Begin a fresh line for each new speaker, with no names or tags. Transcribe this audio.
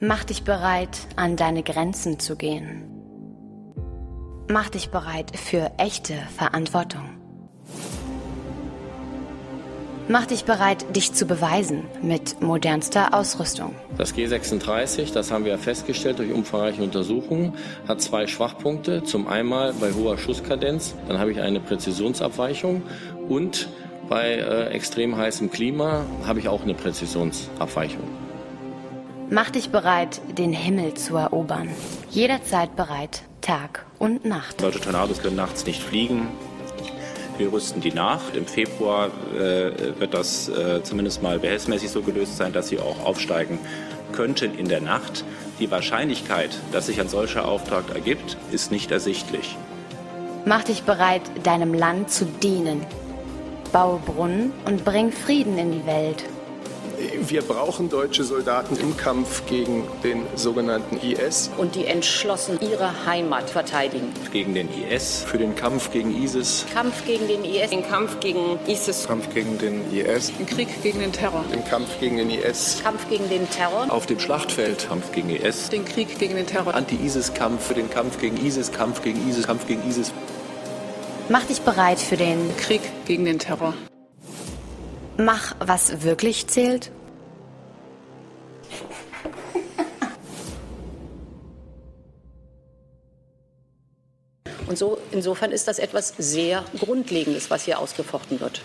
Mach dich bereit, an deine Grenzen zu gehen. Mach dich bereit für echte Verantwortung. Mach dich bereit, dich zu beweisen mit modernster Ausrüstung.
Das G36, das haben wir festgestellt durch umfangreiche Untersuchungen, hat zwei Schwachpunkte. Zum einen bei hoher Schusskadenz, dann habe ich eine Präzisionsabweichung und bei äh, extrem heißem Klima habe ich auch eine Präzisionsabweichung.
Mach dich bereit, den Himmel zu erobern. Jederzeit bereit, Tag und Nacht.
Deutsche Tornados können nachts nicht fliegen. Wir rüsten die nach. Im Februar äh, wird das äh, zumindest mal behelfsmäßig so gelöst sein, dass sie auch aufsteigen könnten in der Nacht. Die Wahrscheinlichkeit, dass sich ein solcher Auftrag ergibt, ist nicht ersichtlich.
Mach dich bereit, deinem Land zu dienen. Baue Brunnen und bring Frieden in die Welt.
Wir brauchen deutsche Soldaten im Kampf gegen den sogenannten IS.
Und die entschlossen ihre Heimat verteidigen.
Gegen den IS.
Für den Kampf gegen ISIS.
Kampf gegen den IS.
Den Kampf gegen ISIS.
Kampf gegen den IS.
Den Krieg gegen den Terror.
Den Kampf gegen den IS.
Kampf gegen den Terror.
Auf dem Schlachtfeld.
Kampf gegen IS.
Den Krieg gegen den Terror.
Anti-ISIS-Kampf. Für den Kampf gegen ISIS. Kampf gegen ISIS. Kampf gegen ISIS.
Mach dich bereit für den
Krieg gegen den Terror.
Mach, was wirklich zählt.
Und so, insofern ist das etwas sehr Grundlegendes, was hier ausgefochten wird.